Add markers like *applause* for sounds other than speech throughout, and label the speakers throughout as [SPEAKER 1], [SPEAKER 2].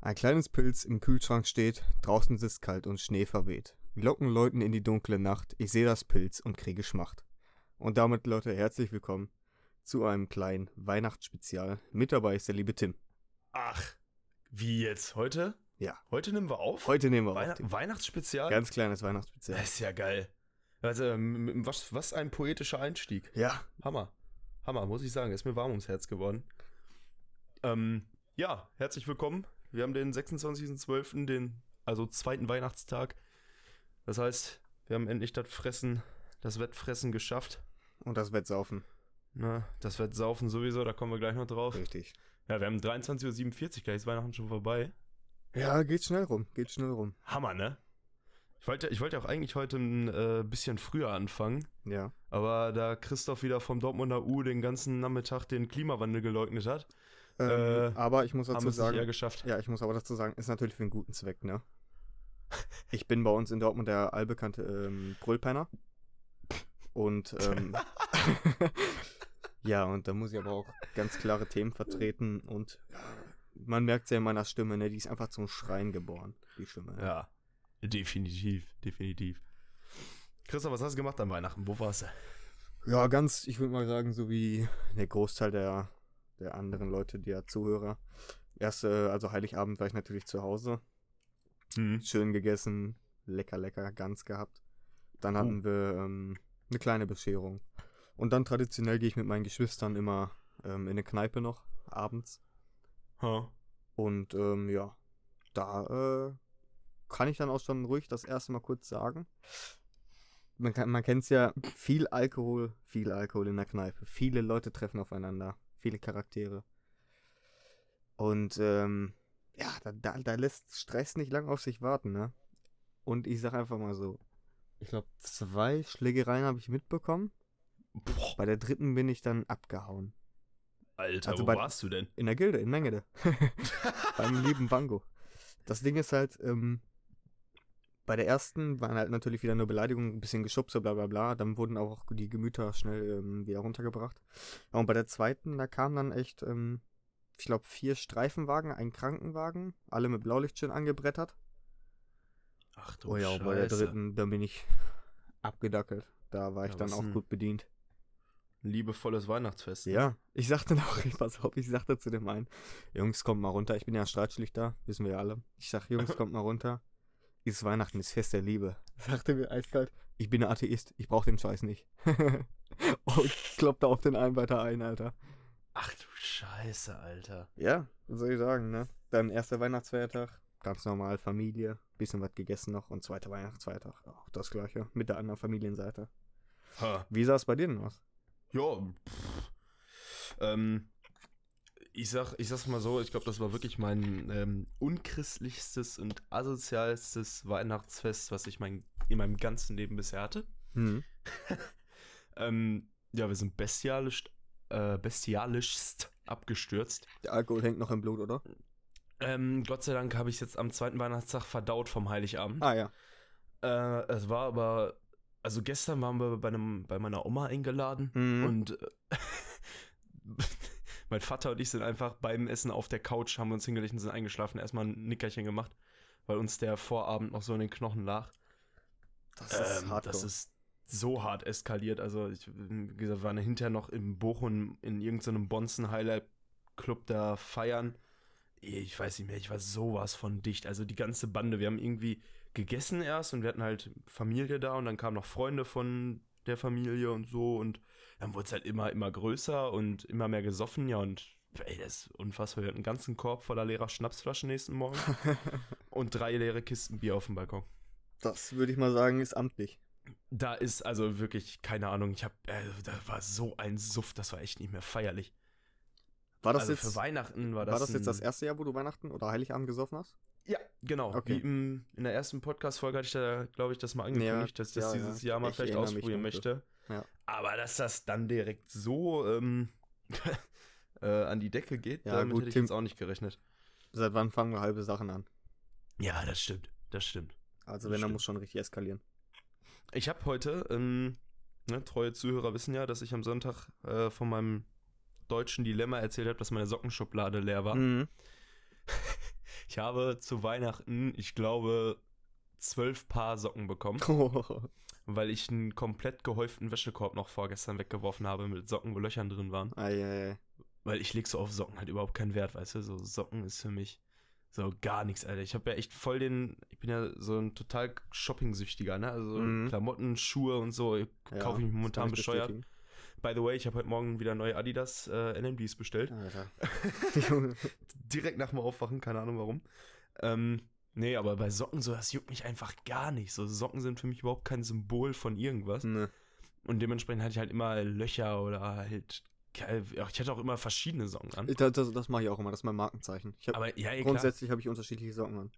[SPEAKER 1] Ein kleines Pilz im Kühlschrank steht, draußen ist es kalt und Schnee verweht. Glocken läuten in die dunkle Nacht, ich seh das Pilz und kriege Schmacht. Und damit, Leute, herzlich willkommen zu einem kleinen Weihnachtsspezial. Mit dabei ist der liebe Tim.
[SPEAKER 2] Ach, wie jetzt? Heute?
[SPEAKER 1] Ja.
[SPEAKER 2] Heute nehmen wir auf?
[SPEAKER 1] Heute nehmen wir
[SPEAKER 2] Weihn
[SPEAKER 1] auf. Tim.
[SPEAKER 2] Weihnachtsspezial?
[SPEAKER 1] Ganz genau. kleines Weihnachtsspezial.
[SPEAKER 2] Das ist ja geil. Also, ähm, was, was ein poetischer Einstieg.
[SPEAKER 1] Ja,
[SPEAKER 2] Hammer. Hammer, muss ich sagen. Ist mir warm ums Herz geworden. Ähm, ja, herzlich willkommen. Wir haben den 26.12., den, also zweiten Weihnachtstag. Das heißt, wir haben endlich das Fressen, das Wettfressen geschafft.
[SPEAKER 1] und das Wettsaufen.
[SPEAKER 2] Na, das Wettsaufen sowieso, da kommen wir gleich noch drauf.
[SPEAKER 1] Richtig.
[SPEAKER 2] Ja, wir haben 23.47 Uhr, gleich ist Weihnachten schon vorbei.
[SPEAKER 1] Ja, geht schnell rum, geht schnell rum.
[SPEAKER 2] Hammer, ne? Ich wollte, ich wollte auch eigentlich heute ein äh, bisschen früher anfangen,
[SPEAKER 1] Ja.
[SPEAKER 2] aber da Christoph wieder vom Dortmunder U den ganzen Nachmittag den Klimawandel geleugnet hat,
[SPEAKER 1] Ähm,
[SPEAKER 2] Äh,
[SPEAKER 1] aber ich muss
[SPEAKER 2] haben
[SPEAKER 1] dazu
[SPEAKER 2] wir es nicht
[SPEAKER 1] sagen,
[SPEAKER 2] eher geschafft.
[SPEAKER 1] Ja, ich muss aber dazu sagen, ist natürlich für einen guten Zweck, ne? Ich bin bei uns in Dortmund der allbekannte ähm, Brüllpenner. Und ähm, *laughs* ja, und da muss ich aber auch ganz klare Themen vertreten und man merkt es ja in meiner Stimme, ne? Die ist einfach zum Schreien geboren, die Stimme. ne?
[SPEAKER 2] Ja, definitiv, definitiv. Christoph, was hast du gemacht an Weihnachten? Wo warst du?
[SPEAKER 1] ja ganz, ich würde mal sagen, so wie der Großteil der, der anderen Leute, der Zuhörer. Erst, äh, also Heiligabend war ich natürlich zu Hause.
[SPEAKER 2] Hm.
[SPEAKER 1] schön gegessen, lecker, lecker, ganz gehabt. Dann hatten wir ähm, eine kleine Bescherung. Und dann traditionell gehe ich mit meinen Geschwistern immer ähm, in eine Kneipe noch, abends.
[SPEAKER 2] Ha.
[SPEAKER 1] Und ähm, ja, da äh, kann ich dann auch schon ruhig das erste Mal kurz sagen. Man, kann- man kennt es ja, viel Alkohol, viel Alkohol in der Kneipe. Viele Leute treffen aufeinander, viele Charaktere. Und ähm, ja, da, da, da lässt Stress nicht lang auf sich warten, ne? Und ich sag einfach mal so, ich glaube, zwei Schlägereien habe ich mitbekommen.
[SPEAKER 2] Boah,
[SPEAKER 1] Bei der dritten bin ich dann abgehauen.
[SPEAKER 2] Alter,
[SPEAKER 1] Also
[SPEAKER 2] wo
[SPEAKER 1] bei-
[SPEAKER 2] warst du denn?
[SPEAKER 1] In der Gilde, in
[SPEAKER 2] *laughs*
[SPEAKER 1] Mengede. *laughs* Beim lieben Wango. Das Ding ist halt, ähm, bei der ersten waren halt natürlich wieder nur Beleidigungen, ein bisschen Geschubse, bla bla bla. Dann wurden auch die Gemüter schnell ähm, wieder runtergebracht. Ja, und bei der zweiten, da kamen dann echt, ähm, ich glaube, vier Streifenwagen, ein Krankenwagen, alle mit Blaulichtschirm angebrettert.
[SPEAKER 2] Ach du
[SPEAKER 1] Oh ja, und
[SPEAKER 2] Scheiße.
[SPEAKER 1] bei der dritten, da bin ich abgedackelt. Da war ich
[SPEAKER 2] Ja,
[SPEAKER 1] dann
[SPEAKER 2] was
[SPEAKER 1] auch
[SPEAKER 2] denn?
[SPEAKER 1] gut bedient.
[SPEAKER 2] Liebevolles Weihnachtsfest.
[SPEAKER 1] Ja, ich *laughs* sagte noch, pass auf, ich sagte zu dem einen, Jungs, kommt mal runter, ich bin ja Streitschlichter, wissen wir ja alle. Ich sag, *laughs* Jungs, kommt mal runter, ist Weihnachten, ist Fest der Liebe. Sagte mir eiskalt, ich bin ein Atheist, ich brauch den Scheiß nicht. *laughs* Und kloppte auf den einen weiter ein, Alter.
[SPEAKER 2] Ach du Scheiße, Alter.
[SPEAKER 1] Ja, was soll ich sagen, ne? Dann erster Weihnachtsfeiertag, ganz normal, Familie, bisschen was gegessen noch und zweiter Weihnachtsfeiertag, auch das gleiche, mit der anderen Familienseite.
[SPEAKER 2] Ha.
[SPEAKER 1] Wie sah es bei dir denn aus?
[SPEAKER 2] Ja, pff. ähm, ich sag, ich sag's mal so, ich glaube, das war wirklich mein ähm, unchristlichstes und asozialstes Weihnachtsfest, was ich mein, in meinem ganzen Leben bisher hatte.
[SPEAKER 1] Hm.
[SPEAKER 2] Ähm, ja, wir sind bestialisch, äh, bestialischst abgestürzt.
[SPEAKER 1] Der Alkohol hängt noch im Blut, oder?
[SPEAKER 2] Ähm, Gott sei Dank habe ich jetzt am zweiten Weihnachtstag verdaut vom Heiligabend.
[SPEAKER 1] Ah ja.
[SPEAKER 2] Äh, es war aber, also gestern waren wir bei, einem, bei meiner Oma eingeladen
[SPEAKER 1] Mhm.
[SPEAKER 2] und äh, *laughs* mein Vater und ich sind einfach beim Essen auf der Couch, haben uns hingelegt und sind eingeschlafen, erstmal ein Nickerchen gemacht, weil uns der Vorabend noch so in den Knochen lag.
[SPEAKER 1] Das
[SPEAKER 2] Das, ähm, das ist so hart eskaliert. Also, ich, wie gesagt, wir waren hinterher noch in Bochum in irgendeinem Bonzen-Highlight-Club da feiern. Ich weiß nicht mehr, ich war sowas von dicht. Also die ganze Bande, wir haben irgendwie gegessen erst und wir hatten halt Familie da und dann kamen noch Freunde von der Familie und so und dann wurde es halt immer, immer größer und immer mehr gesoffen, ja und ey, das ist unfassbar. Wir hatten einen ganzen Korb voller leerer Schnapsflaschen nächsten Morgen und drei leere Kisten Bier auf dem Balkon.
[SPEAKER 1] *laughs* Das würde ich mal sagen, ist amtlich.
[SPEAKER 2] Da ist also wirklich keine Ahnung. Ich habe, äh, da war so ein Suff, das war echt nicht mehr feierlich.
[SPEAKER 1] War das,
[SPEAKER 2] also
[SPEAKER 1] jetzt,
[SPEAKER 2] für Weihnachten war
[SPEAKER 1] war
[SPEAKER 2] das.
[SPEAKER 1] das jetzt
[SPEAKER 2] ein-
[SPEAKER 1] das erste Jahr, wo du Weihnachten oder Heiligabend gesoffen hast?
[SPEAKER 2] Ja, genau.
[SPEAKER 1] Okay.
[SPEAKER 2] Wie im, in der ersten Podcast-Folge hatte ich da, glaube ich, das mal angekündigt, dass ich
[SPEAKER 1] ja,
[SPEAKER 2] das
[SPEAKER 1] ja.
[SPEAKER 2] dieses Jahr mal
[SPEAKER 1] Ich
[SPEAKER 2] vielleicht
[SPEAKER 1] erinnere mich
[SPEAKER 2] ausprobieren
[SPEAKER 1] dunkel.
[SPEAKER 2] möchte.
[SPEAKER 1] Ja.
[SPEAKER 2] Aber dass das dann direkt so ähm, *laughs* äh, an die Decke geht,
[SPEAKER 1] Ja,
[SPEAKER 2] damit
[SPEAKER 1] gut,
[SPEAKER 2] hätte ich
[SPEAKER 1] Tim-
[SPEAKER 2] jetzt auch nicht gerechnet.
[SPEAKER 1] Seit wann fangen wir halbe Sachen an?
[SPEAKER 2] Ja, das stimmt. Das stimmt.
[SPEAKER 1] Also
[SPEAKER 2] Das
[SPEAKER 1] wenn, dann
[SPEAKER 2] stimmt.
[SPEAKER 1] muss schon richtig eskalieren.
[SPEAKER 2] Ich habe heute, ähm, ne, treue Zuhörer wissen ja, dass ich am Sonntag äh,
[SPEAKER 1] *laughs*
[SPEAKER 2] von meinem deutschen Dilemma erzählt habe, dass meine Sockenschublade leer war.
[SPEAKER 1] Mhm.
[SPEAKER 2] Ich habe zu Weihnachten, ich glaube, zwölf Paar
[SPEAKER 1] *laughs*
[SPEAKER 2] Socken bekommen, weil ich einen komplett gehäuften Wäschekorb noch vorgestern weggeworfen habe mit Socken, wo Löchern drin waren.
[SPEAKER 1] Eieiei.
[SPEAKER 2] Weil ich leg so auf Socken halt überhaupt keinen Wert, weißt du? So Socken ist für mich so gar nichts, Alter. Ich habe ja echt voll den, ich bin ja so ein total Shopping-Süchtiger, ne? Also
[SPEAKER 1] Mhm.
[SPEAKER 2] Klamotten, Schuhe und so
[SPEAKER 1] Ja,
[SPEAKER 2] kaufe ich mich
[SPEAKER 1] das kann
[SPEAKER 2] momentan
[SPEAKER 1] ich
[SPEAKER 2] bescheuert.
[SPEAKER 1] bestätigen.
[SPEAKER 2] By the way, ich habe heute Morgen wieder neue Adidas äh, NMDs bestellt.
[SPEAKER 1] Alter. *laughs* Junge.
[SPEAKER 2] Direkt nach dem Aufwachen, keine Ahnung warum. Ähm, nee, aber bei Socken so, das juckt mich einfach gar nicht. So Socken sind für mich überhaupt kein Symbol von irgendwas.
[SPEAKER 1] Ne.
[SPEAKER 2] Und dementsprechend hatte ich halt immer Löcher oder halt, ke- ach, ich hatte auch immer verschiedene Socken an.
[SPEAKER 1] Das, das, das mache ich auch immer, das ist mein Markenzeichen. Ich hab,
[SPEAKER 2] Aber ja, ey, klar.
[SPEAKER 1] grundsätzlich habe ich unterschiedliche Socken an.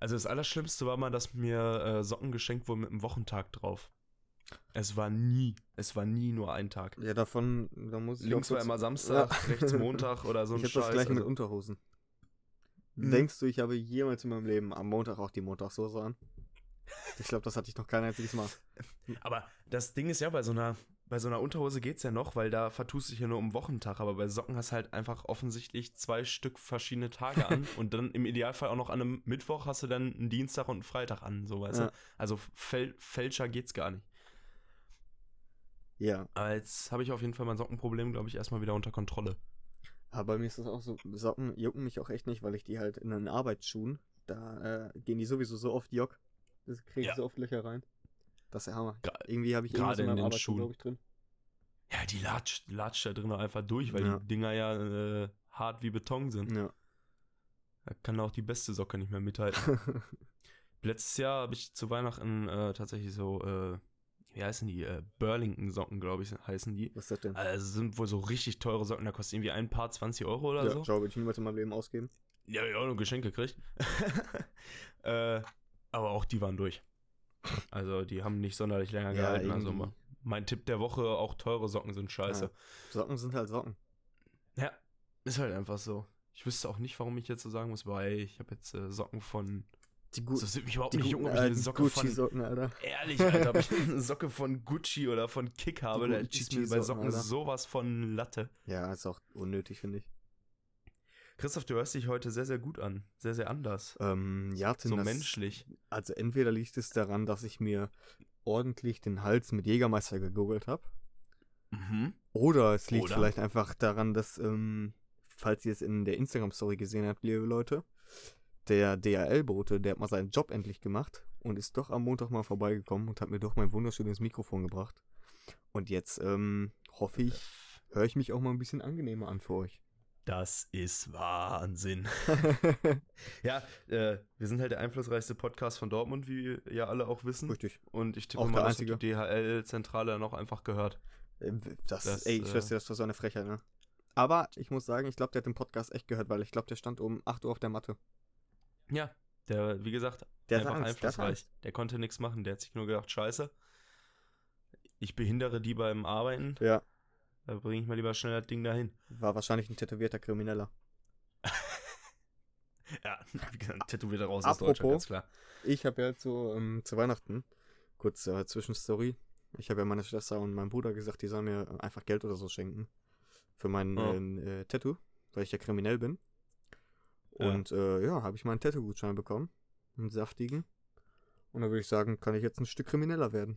[SPEAKER 2] Also das Allerschlimmste war mal, dass mir äh, Socken geschenkt wurden mit einem Wochentag drauf. Es war nie, es war nie nur ein Tag.
[SPEAKER 1] Ja, davon, da muss ich
[SPEAKER 2] Links
[SPEAKER 1] auch
[SPEAKER 2] war
[SPEAKER 1] kurz-
[SPEAKER 2] immer Samstag,
[SPEAKER 1] Ja.
[SPEAKER 2] rechts Montag oder so ein
[SPEAKER 1] Ich habe
[SPEAKER 2] Scheiß.
[SPEAKER 1] das gleiche mit
[SPEAKER 2] also,
[SPEAKER 1] Unterhosen.
[SPEAKER 2] Mhm.
[SPEAKER 1] Denkst du, ich habe jemals in meinem Leben am Montag auch die Montagssoße an? Ich glaube, das hatte ich noch kein einziges Mal.
[SPEAKER 2] aber das Ding ist ja, bei so einer, bei so einer Unterhose geht's ja noch, weil da vertust du dich ja nur um Wochentag, aber bei Socken hast halt einfach offensichtlich zwei Stück verschiedene Tage
[SPEAKER 1] *laughs*
[SPEAKER 2] an und dann im Idealfall auch noch an einem Mittwoch hast du dann einen Dienstag und einen Freitag an, so weißt
[SPEAKER 1] Ja.
[SPEAKER 2] du. Also fäl fälscher geht's gar nicht.
[SPEAKER 1] Ja,
[SPEAKER 2] Aber jetzt habe ich auf jeden Fall mein Sockenproblem, glaube ich, erstmal wieder unter Kontrolle.
[SPEAKER 1] aber bei mir ist das auch so, Socken jucken mich auch echt nicht, weil ich die halt in den Arbeitsschuhen, da äh, gehen die sowieso so oft Jock. Das kriege ich
[SPEAKER 2] Ja.
[SPEAKER 1] so oft Löcher rein. Das ist der Hammer.
[SPEAKER 2] Gra-
[SPEAKER 1] Irgendwie habe ich
[SPEAKER 2] gerade
[SPEAKER 1] irgendwas
[SPEAKER 2] in
[SPEAKER 1] meinem
[SPEAKER 2] den
[SPEAKER 1] Arbeitsschuh,
[SPEAKER 2] Schuhen.
[SPEAKER 1] glaube ich, drin.
[SPEAKER 2] Ja, die latscht, latscht da drin auch einfach durch, weil
[SPEAKER 1] Ja.
[SPEAKER 2] die Dinger ja äh, hart wie Beton sind.
[SPEAKER 1] Ja. *laughs*
[SPEAKER 2] Da kann auch die beste Socke nicht mehr mithalten. Letztes Jahr habe ich zu Weihnachten äh, tatsächlich so, äh, wie heißen die? Äh, Burlington-Socken, glaube ich, heißen die.
[SPEAKER 1] Was ist das denn?
[SPEAKER 2] Also sind wohl so richtig teure Socken, da kostet irgendwie ein Paar 20 Euro oder
[SPEAKER 1] ja,
[SPEAKER 2] so.
[SPEAKER 1] schau, würde ich niemals in meinem Leben ausgeben.
[SPEAKER 2] Ja, hab ich auch nur Geschenk gekriegt. *laughs* äh, aber auch die waren durch. Also die haben nicht sonderlich länger gehalten. also
[SPEAKER 1] irgendwie.
[SPEAKER 2] ma- mein Tipp der Woche, auch teure Socken sind scheiße.
[SPEAKER 1] Socken sind halt Socken.
[SPEAKER 2] Ja, ist halt einfach so. Ich wüsste auch nicht, warum ich jetzt so sagen muss, weil ich habe jetzt äh, Socken von.
[SPEAKER 1] Die,
[SPEAKER 2] So
[SPEAKER 1] guten,
[SPEAKER 2] sind mich überhaupt
[SPEAKER 1] die äh,
[SPEAKER 2] nicht
[SPEAKER 1] guten
[SPEAKER 2] jung, ob ich eine
[SPEAKER 1] alten
[SPEAKER 2] Socke von.
[SPEAKER 1] Gucci-Socken, Alter.
[SPEAKER 2] Ehrlich, Alter, ob ich eine *laughs* Socke von Gucci oder von Kick habe, da
[SPEAKER 1] guten
[SPEAKER 2] ist mir bei
[SPEAKER 1] Gucci-Socken,
[SPEAKER 2] Socken
[SPEAKER 1] Alter.
[SPEAKER 2] sowas von Latte.
[SPEAKER 1] Ja, ist auch unnötig, finde ich.
[SPEAKER 2] Christoph, du hörst dich heute sehr, sehr gut an. Sehr, sehr anders.
[SPEAKER 1] Ähm, ja, Tim,
[SPEAKER 2] So
[SPEAKER 1] das-
[SPEAKER 2] menschlich.
[SPEAKER 1] Also entweder liegt es daran, dass ich mir ordentlich den Hals mit Jägermeister gegoogelt habe.
[SPEAKER 2] Mhm.
[SPEAKER 1] Oder es liegt
[SPEAKER 2] Oder?
[SPEAKER 1] vielleicht einfach daran, dass, ähm, falls ihr es in der Instagram-Story gesehen habt, liebe Leute, der DHL-Bote, der hat mal seinen Job endlich gemacht und ist doch am Montag mal vorbeigekommen und hat mir doch mein wunderschönes Mikrofon gebracht. Und jetzt ähm, hoffe ich, höre ich mich auch mal ein bisschen angenehmer an für
[SPEAKER 2] *laughs*
[SPEAKER 1] euch.
[SPEAKER 2] Das ist Wahnsinn. *laughs* Ja, äh, wir sind halt der einflussreichste Podcast von Dortmund, wie ja alle auch wissen.
[SPEAKER 1] Richtig.
[SPEAKER 2] Und ich tippe
[SPEAKER 1] Auch
[SPEAKER 2] mal,
[SPEAKER 1] der
[SPEAKER 2] das hat
[SPEAKER 1] einzige.
[SPEAKER 2] die DHL-Zentrale dann auch einfach gehört.
[SPEAKER 1] Ähm, Das,
[SPEAKER 2] Das,
[SPEAKER 1] ey, ich
[SPEAKER 2] äh,
[SPEAKER 1] schwör's dir, das war so eine Frechheit, ne? Aber ich muss sagen, ich glaube, der hat den Podcast echt gehört, weil ich glaube, der stand um 8 Uhr auf der Matte.
[SPEAKER 2] Ja, der, wie gesagt,
[SPEAKER 1] Der hat
[SPEAKER 2] einfach
[SPEAKER 1] Angst, der hat
[SPEAKER 2] einflussreich.
[SPEAKER 1] Angst.
[SPEAKER 2] Der, konnte nichts machen. Der hat sich nur gedacht, scheiße, ich behindere die beim Arbeiten.
[SPEAKER 1] Ja,
[SPEAKER 2] Da bringe ich mal lieber schnell das Ding dahin.
[SPEAKER 1] war wahrscheinlich ein tätowierter Krimineller.
[SPEAKER 2] Ja, *laughs* wie gesagt, tätowierte raus aus
[SPEAKER 1] Apropos-
[SPEAKER 2] Deutschland, ganz klar.
[SPEAKER 1] Ich habe ja zu, ähm, zu Weihnachten, kurz äh, Zwischenstory, ich habe ja meiner Schwester und meinem Bruder gesagt, die sollen mir einfach Geld oder so schenken. Für mein
[SPEAKER 2] Ja.
[SPEAKER 1] ähm, äh, Tattoo, weil ich ja kriminell bin.
[SPEAKER 2] Ja.
[SPEAKER 1] Und äh, ja, habe ich meinen Tattoo-Gutschein bekommen. Einen saftigen. Und da würde ich sagen, kann ich jetzt ein Stück krimineller werden.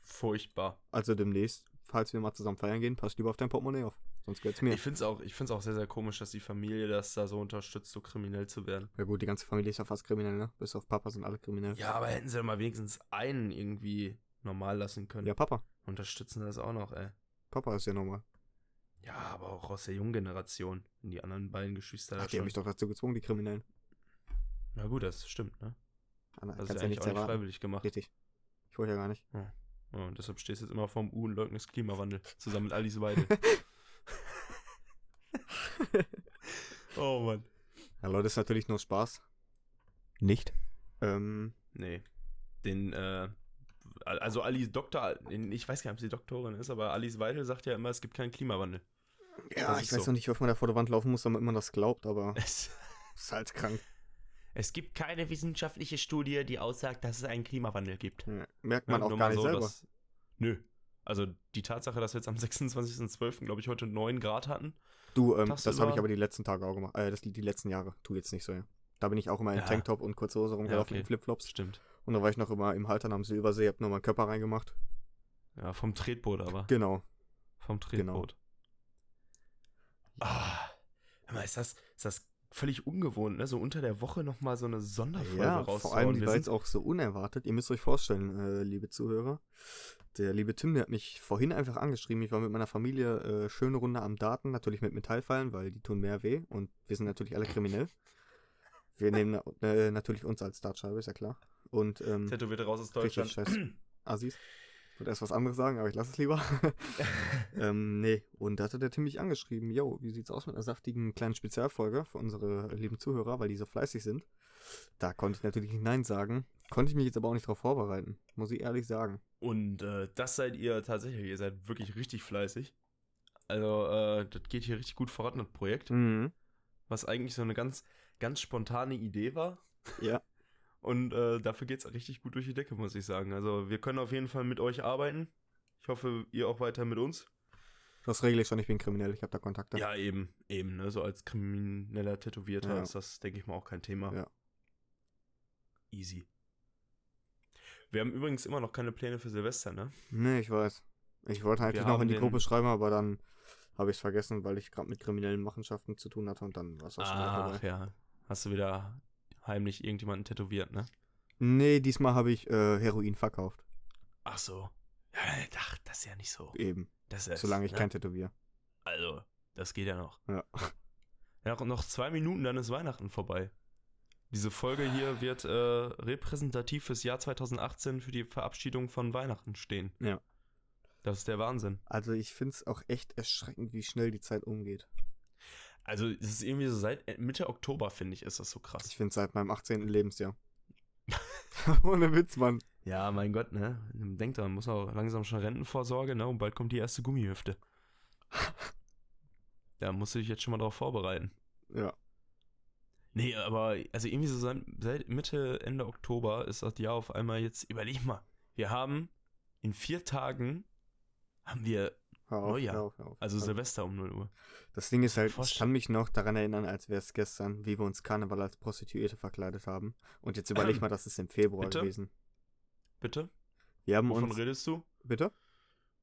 [SPEAKER 2] Furchtbar.
[SPEAKER 1] Also demnächst, falls wir mal zusammen feiern gehen, passt lieber auf dein Portemonnaie auf. Sonst gehört's mir.
[SPEAKER 2] Ich finde es auch, ich find's auch sehr, sehr komisch, dass die Familie das da so unterstützt, so kriminell zu werden.
[SPEAKER 1] ja gut, die ganze Familie ist ja fast kriminell, ne? Bis auf Papa sind alle kriminell.
[SPEAKER 2] Ja, aber hätten sie doch mal wenigstens einen irgendwie normal lassen können.
[SPEAKER 1] Ja, Papa.
[SPEAKER 2] Unterstützen das auch noch, ey.
[SPEAKER 1] Papa ist ja normal.
[SPEAKER 2] Ja, aber auch aus der jungen Generation. Und Die anderen beiden Geschwister
[SPEAKER 1] Ach,
[SPEAKER 2] da
[SPEAKER 1] die haben
[SPEAKER 2] schon.
[SPEAKER 1] mich doch dazu gezwungen, die Kriminellen.
[SPEAKER 2] Na gut, das stimmt, ne?
[SPEAKER 1] Anna,
[SPEAKER 2] Das ist
[SPEAKER 1] kannst
[SPEAKER 2] ja
[SPEAKER 1] ja
[SPEAKER 2] eigentlich
[SPEAKER 1] nichts
[SPEAKER 2] auch nicht
[SPEAKER 1] erwarten.
[SPEAKER 2] freiwillig gemacht.
[SPEAKER 1] Richtig. Ich wollte ja gar
[SPEAKER 2] *laughs*
[SPEAKER 1] nicht.
[SPEAKER 2] Ja, und deshalb stehst du jetzt immer vorm U und leugnest Klimawandel. Zusammen mit Alice Weidel. *laughs* oh Mann.
[SPEAKER 1] Ja, Leute, ist natürlich nur Spaß. Nicht? Ähm,
[SPEAKER 2] Nee. Den, äh, also Alice Doktor, ich weiß gar nicht, ob sie Doktorin ist, aber Alice Weidel sagt ja immer, es gibt keinen Klimawandel.
[SPEAKER 1] ja,
[SPEAKER 2] Das
[SPEAKER 1] ich
[SPEAKER 2] ist
[SPEAKER 1] weiß
[SPEAKER 2] so.
[SPEAKER 1] noch nicht, wie oft man da vor der Wand laufen muss, damit man das glaubt, aber *laughs*
[SPEAKER 2] *laughs* Es,
[SPEAKER 1] ist halt krank.
[SPEAKER 2] es gibt keine wissenschaftliche Studie, die aussagt, dass es einen Klimawandel gibt.
[SPEAKER 1] Ja, merkt man
[SPEAKER 2] Ja,
[SPEAKER 1] auch
[SPEAKER 2] nur
[SPEAKER 1] gar
[SPEAKER 2] mal
[SPEAKER 1] nicht selber.
[SPEAKER 2] dass- nö. Also die Tatsache, dass wir jetzt am 26.12., glaube ich, heute 9 Grad hatten.
[SPEAKER 1] Du, ähm,
[SPEAKER 2] Passt
[SPEAKER 1] das habe ich
[SPEAKER 2] über-
[SPEAKER 1] aber die letzten Tage auch gemacht. Äh, das, die letzten Jahre. Tu jetzt nicht so, ja. Da bin ich auch immer in
[SPEAKER 2] Ja.
[SPEAKER 1] Tanktop und kurze Hose rumgelaufen,
[SPEAKER 2] okay.
[SPEAKER 1] in Flipflops.
[SPEAKER 2] Stimmt.
[SPEAKER 1] Und da war ich noch immer im Haltern am Silbersee, hab nochmal einen Körper reingemacht.
[SPEAKER 2] Ja, vom Tretboot aber.
[SPEAKER 1] Genau.
[SPEAKER 2] Vom Tretboot. Ah, hör mal, ist das, ist das völlig ungewohnt, ne? So unter der Woche nochmal so eine Sonderfolge
[SPEAKER 1] Ja,
[SPEAKER 2] rauszuhauen.
[SPEAKER 1] vor allem, die
[SPEAKER 2] Wir
[SPEAKER 1] war
[SPEAKER 2] sind-
[SPEAKER 1] jetzt auch so unerwartet. Ihr müsst euch vorstellen, äh, liebe Zuhörer. Der liebe Tim, der hat mich vorhin einfach angeschrieben. Ich war mit meiner Familie äh, schöne Runde am Daten, natürlich mit Metallfallen, weil die tun mehr weh und wir sind natürlich alle kriminell. Wir nehmen äh, natürlich uns als Startscheibe, ist ja klar. Und ähm,
[SPEAKER 2] Tätowierte raus aus
[SPEAKER 1] richtig
[SPEAKER 2] Deutschland.
[SPEAKER 1] scheiß Assis. Ich wollte erst was anderes sagen, aber ich lasse es
[SPEAKER 2] *laughs*
[SPEAKER 1] lieber. *laughs* ähm, nee, und da hatte der Tim mich angeschrieben, yo, wie sieht's aus mit einer saftigen kleinen Spezialfolge für unsere lieben Zuhörer, weil die so fleißig sind. Da konnte ich natürlich nicht Nein sagen, konnte ich mich jetzt aber auch nicht darauf vorbereiten, muss ich ehrlich sagen.
[SPEAKER 2] *clears throat* Und äh, das seid ihr tatsächlich. Ihr seid wirklich richtig fleißig. Also, äh, das geht hier richtig gut voran, das Projekt.
[SPEAKER 1] Mhm.
[SPEAKER 2] Was eigentlich so eine ganz, ganz spontane Idee war.
[SPEAKER 1] Ja.
[SPEAKER 2] *laughs* Und äh, dafür geht's richtig gut durch die Decke, muss ich sagen. Also, wir können auf jeden Fall mit euch arbeiten. Ich hoffe, ihr auch weiter mit uns.
[SPEAKER 1] Das regle ich schon, ich bin kriminell, ich habe da Kontakte.
[SPEAKER 2] Ja, eben, eben, ne? So als krimineller Tätowierter
[SPEAKER 1] Ja.
[SPEAKER 2] ist das, denke ich mal, auch kein Thema.
[SPEAKER 1] Ja.
[SPEAKER 2] Easy. Wir haben übrigens immer noch keine Pläne für Silvester, ne?
[SPEAKER 1] Nee, ich weiß. Ich wollte eigentlich noch
[SPEAKER 2] haben
[SPEAKER 1] in die
[SPEAKER 2] den-
[SPEAKER 1] Gruppe schreiben, aber dann habe ich es vergessen, weil ich gerade mit kriminellen Machenschaften zu tun hatte und dann war es auch schon wieder vorbei.
[SPEAKER 2] Ach ja. Hast du wieder heimlich irgendjemanden tätowiert, ne?
[SPEAKER 1] Nee, diesmal habe ich äh, Heroin verkauft.
[SPEAKER 2] Ach so. Ja, Ach, das ist ja nicht so.
[SPEAKER 1] Eben,
[SPEAKER 2] Das ist,
[SPEAKER 1] solange ich
[SPEAKER 2] ne?
[SPEAKER 1] kein Tätowier.
[SPEAKER 2] Also, das geht ja noch.
[SPEAKER 1] Ja.
[SPEAKER 2] *laughs* Ja, noch- noch zwei Minuten, dann ist Weihnachten vorbei. Diese Folge hier wird äh, repräsentativ fürs Jahr 2018 für die Verabschiedung von Weihnachten stehen.
[SPEAKER 1] Ja.
[SPEAKER 2] Das ist der Wahnsinn.
[SPEAKER 1] Also ich finde es auch echt erschreckend, wie schnell die Zeit umgeht.
[SPEAKER 2] Also, es ist irgendwie so seit äh, Mitte Oktober, finde ich, ist das so krass.
[SPEAKER 1] Also, Ich finde seit meinem 18.
[SPEAKER 2] *laughs*
[SPEAKER 1] Lebensjahr. Ohne Witz, Mann.
[SPEAKER 2] Ja, mein Gott, ne? Denkt dran, muss auch langsam schon Rentenvorsorge, ne? Und bald kommt die
[SPEAKER 1] *laughs*
[SPEAKER 2] erste Gummihüfte. da musst du dich jetzt schon mal drauf vorbereiten.
[SPEAKER 1] Ja.
[SPEAKER 2] Nee, aber also irgendwie so seit, seit Mitte, Ende Oktober ist das Jahr auf einmal jetzt, überleg mal, wir haben in vier Tagen haben wir,
[SPEAKER 1] Hör auf,
[SPEAKER 2] Neujahr.
[SPEAKER 1] hör auf, hör auf.
[SPEAKER 2] also
[SPEAKER 1] Hör auf.
[SPEAKER 2] Silvester um 0 Uhr.
[SPEAKER 1] das Ding ist halt, ich
[SPEAKER 2] Vorstell-
[SPEAKER 1] kann mich noch daran erinnern, als wäre es gestern, wie wir uns Karneval als Prostituierte verkleidet haben. Und jetzt überleg
[SPEAKER 2] Ähm,
[SPEAKER 1] mal, das ist im Februar
[SPEAKER 2] bitte?
[SPEAKER 1] gewesen.
[SPEAKER 2] Bitte?
[SPEAKER 1] Wir haben
[SPEAKER 2] Wovon
[SPEAKER 1] Um uns.
[SPEAKER 2] redest du?
[SPEAKER 1] Bitte?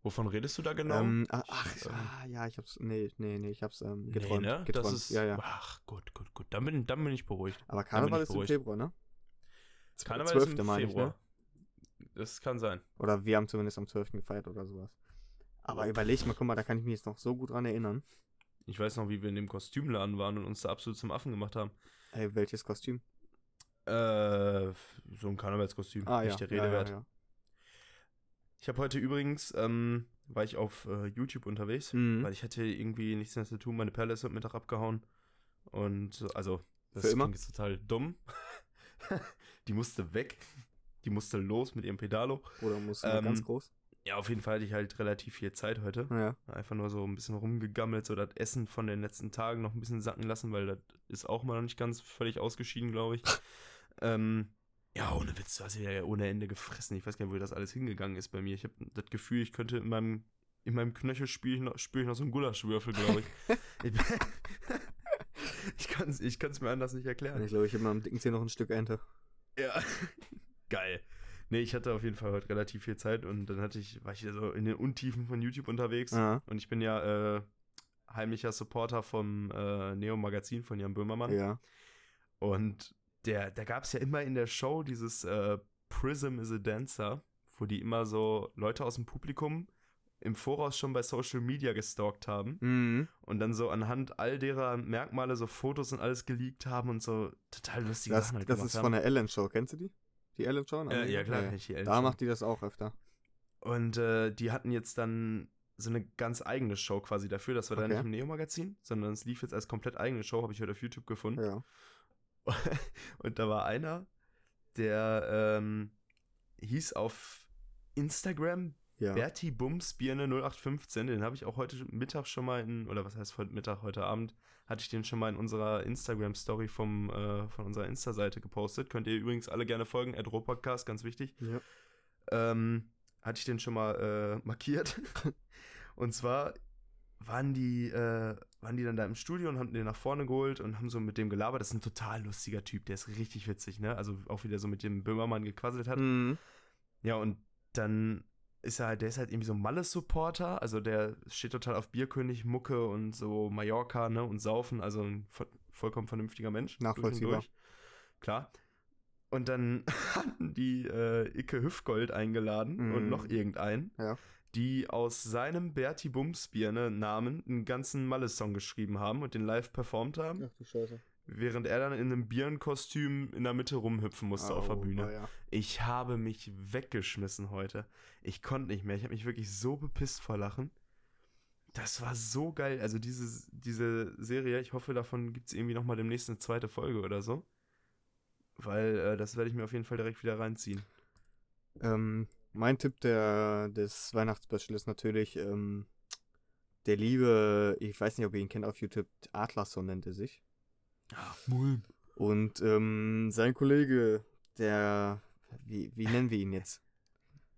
[SPEAKER 2] Wovon redest du da genau?
[SPEAKER 1] Ähm, ah, ach,
[SPEAKER 2] Ich, ähm,
[SPEAKER 1] ah, ja, ich hab's. Nee, nee, nee, ich hab's ähm, geträumt.
[SPEAKER 2] nee, ne?
[SPEAKER 1] geträumt.
[SPEAKER 2] Das ist,
[SPEAKER 1] ja, ja.
[SPEAKER 2] ach, gut, gut, gut, dann bin, dann bin ich beruhigt.
[SPEAKER 1] Aber Karneval
[SPEAKER 2] ich
[SPEAKER 1] ist im
[SPEAKER 2] beruhigt.
[SPEAKER 1] Februar, ne?
[SPEAKER 2] Karneval
[SPEAKER 1] 12.
[SPEAKER 2] ist im
[SPEAKER 1] meine ich, ne?
[SPEAKER 2] Februar. Das kann sein.
[SPEAKER 1] Oder wir haben zumindest am 12. gefeiert oder sowas. Aber überleg mal, guck mal, da kann ich mich jetzt noch so gut dran erinnern.
[SPEAKER 2] Ich weiß noch, wie wir in dem Kostümladen waren und uns da absolut zum Affen gemacht haben.
[SPEAKER 1] Ey, welches Kostüm?
[SPEAKER 2] Äh, so ein Karnevalskostüm,
[SPEAKER 1] Ah,
[SPEAKER 2] nicht
[SPEAKER 1] ja.
[SPEAKER 2] der Rede
[SPEAKER 1] ja,
[SPEAKER 2] wert.
[SPEAKER 1] ja, ja.
[SPEAKER 2] Ich habe heute übrigens, ähm, war ich auf äh, YouTube unterwegs,
[SPEAKER 1] Mhm.
[SPEAKER 2] weil ich hatte irgendwie nichts mehr zu tun. Meine Perle ist heute Mittag abgehauen. Und äh, also, das
[SPEAKER 1] Für immer?
[SPEAKER 2] klingt jetzt total dumm. *laughs* die musste weg. Die musste los mit ihrem Pedalo.
[SPEAKER 1] Oder muss man
[SPEAKER 2] Ähm,
[SPEAKER 1] ganz groß?
[SPEAKER 2] Ja, auf jeden Fall hatte ich halt relativ viel Zeit heute.
[SPEAKER 1] Ja.
[SPEAKER 2] Einfach nur so ein bisschen rumgegammelt, so das Essen von den letzten Tagen noch ein bisschen sacken lassen, weil das ist auch mal noch nicht ganz völlig ausgeschieden, glaube ich. ähm, ja, ohne Witz, du hast ja ohne Ende gefressen. Ich weiß gar nicht, wo das alles hingegangen ist bei mir. Ich habe das Gefühl, ich könnte in meinem, in meinem Knöchel spüre ich, noch- spür ich noch so einen Gulaschwürfel, glaube ich. ich bin- ich kann es ich kann's mir anders nicht erklären.
[SPEAKER 1] Ich glaube, ich habe mal am dicken Zeh noch ein Stück Ente.
[SPEAKER 2] Ja. Geil. Nee, ich hatte auf jeden Fall heute relativ viel Zeit und dann hatte ich, war ich wieder so in den Untiefen von YouTube unterwegs.
[SPEAKER 1] Ja.
[SPEAKER 2] Und ich bin ja äh, heimlicher Supporter vom äh, Neo-Magazin von Jan Böhmermann.
[SPEAKER 1] ja.
[SPEAKER 2] Und der, da gab es ja immer in der Show dieses äh, Prism is a Dancer, wo die immer so Leute aus dem Publikum im Voraus schon bei Social Media gestalkt haben
[SPEAKER 1] Mhm.
[SPEAKER 2] und dann so anhand all derer Merkmale so Fotos und alles geleakt haben und so total lustige
[SPEAKER 1] Das,
[SPEAKER 2] Sachen halt
[SPEAKER 1] das
[SPEAKER 2] gemacht
[SPEAKER 1] ist
[SPEAKER 2] haben.
[SPEAKER 1] von der Ellen Show. Kennst du die? Die Ellen Show? in
[SPEAKER 2] äh,
[SPEAKER 1] Amerika?
[SPEAKER 2] ja, klar, kenn ich die Ellen
[SPEAKER 1] Da
[SPEAKER 2] schon.
[SPEAKER 1] macht die das auch öfter.
[SPEAKER 2] Und äh, die hatten jetzt dann so eine ganz eigene Show quasi dafür. Das war dann
[SPEAKER 1] Okay.
[SPEAKER 2] nicht im Neo-Magazin, sondern es lief jetzt als komplett eigene Show, habe ich heute auf YouTube gefunden.
[SPEAKER 1] Ja.
[SPEAKER 2] *laughs* Und da war einer, der ähm, hieß auf Instagram
[SPEAKER 1] Ja.
[SPEAKER 2] Berti Bums Birne 0815. Den habe ich auch heute Mittag schon mal in, oder was heißt heute Mittag, heute Abend, hatte ich den schon mal in unserer Instagram-Story vom, äh, von unserer Insta-Seite gepostet. Könnt ihr übrigens alle gerne folgen, Podcast, ganz wichtig.
[SPEAKER 1] Ja.
[SPEAKER 2] Ähm, hatte ich den schon mal
[SPEAKER 1] *laughs*
[SPEAKER 2] äh, markiert. und zwar waren die, äh, waren die dann da im Studio und haben den nach vorne geholt und haben so mit dem gelabert. Das ist ein total lustiger Typ, der ist richtig witzig, ne? Also auch wieder so mit dem Böhmermann gequasselt hat.
[SPEAKER 1] Mhm.
[SPEAKER 2] Ja, und dann ist er halt, der ist halt irgendwie so Malle-Supporter, also der steht total auf Bierkönig, Mucke und so Mallorca, ne, und Saufen, also ein vo vollkommen vernünftiger Mensch. durch und
[SPEAKER 1] Nachvollziehbar.
[SPEAKER 2] durch. Klar. Und dann *laughs* hatten die äh, Icke Hüfgold eingeladen
[SPEAKER 1] Mhm.
[SPEAKER 2] und noch irgendeinen,
[SPEAKER 1] Ja.
[SPEAKER 2] die aus seinem Berti Bumsbier, ne, Namen einen ganzen Malle-Song geschrieben haben und den live performt haben,
[SPEAKER 1] Ach du Scheiße.
[SPEAKER 2] während er dann in einem Bierenkostüm in der Mitte rumhüpfen musste auf der Bühne.
[SPEAKER 1] Ah, oh, Ja.
[SPEAKER 2] Ich habe mich weggeschmissen heute. Ich konnte nicht mehr. Ich habe mich wirklich so bepisst vor Lachen. Das war so geil. Also diese, diese Serie, ich hoffe, davon gibt es irgendwie nochmal demnächst eine zweite Folge oder so. Weil äh, das werde ich mir auf jeden Fall direkt wieder reinziehen.
[SPEAKER 1] Ähm, mein Tipp der, des Weihnachtsspecial ist natürlich ähm, der liebe, ich weiß nicht, ob ihr ihn kennt auf YouTube, Adlerson nennt er sich.
[SPEAKER 2] Mulm.
[SPEAKER 1] Und ähm, sein Kollege, der, wie, wie nennen wir ihn jetzt?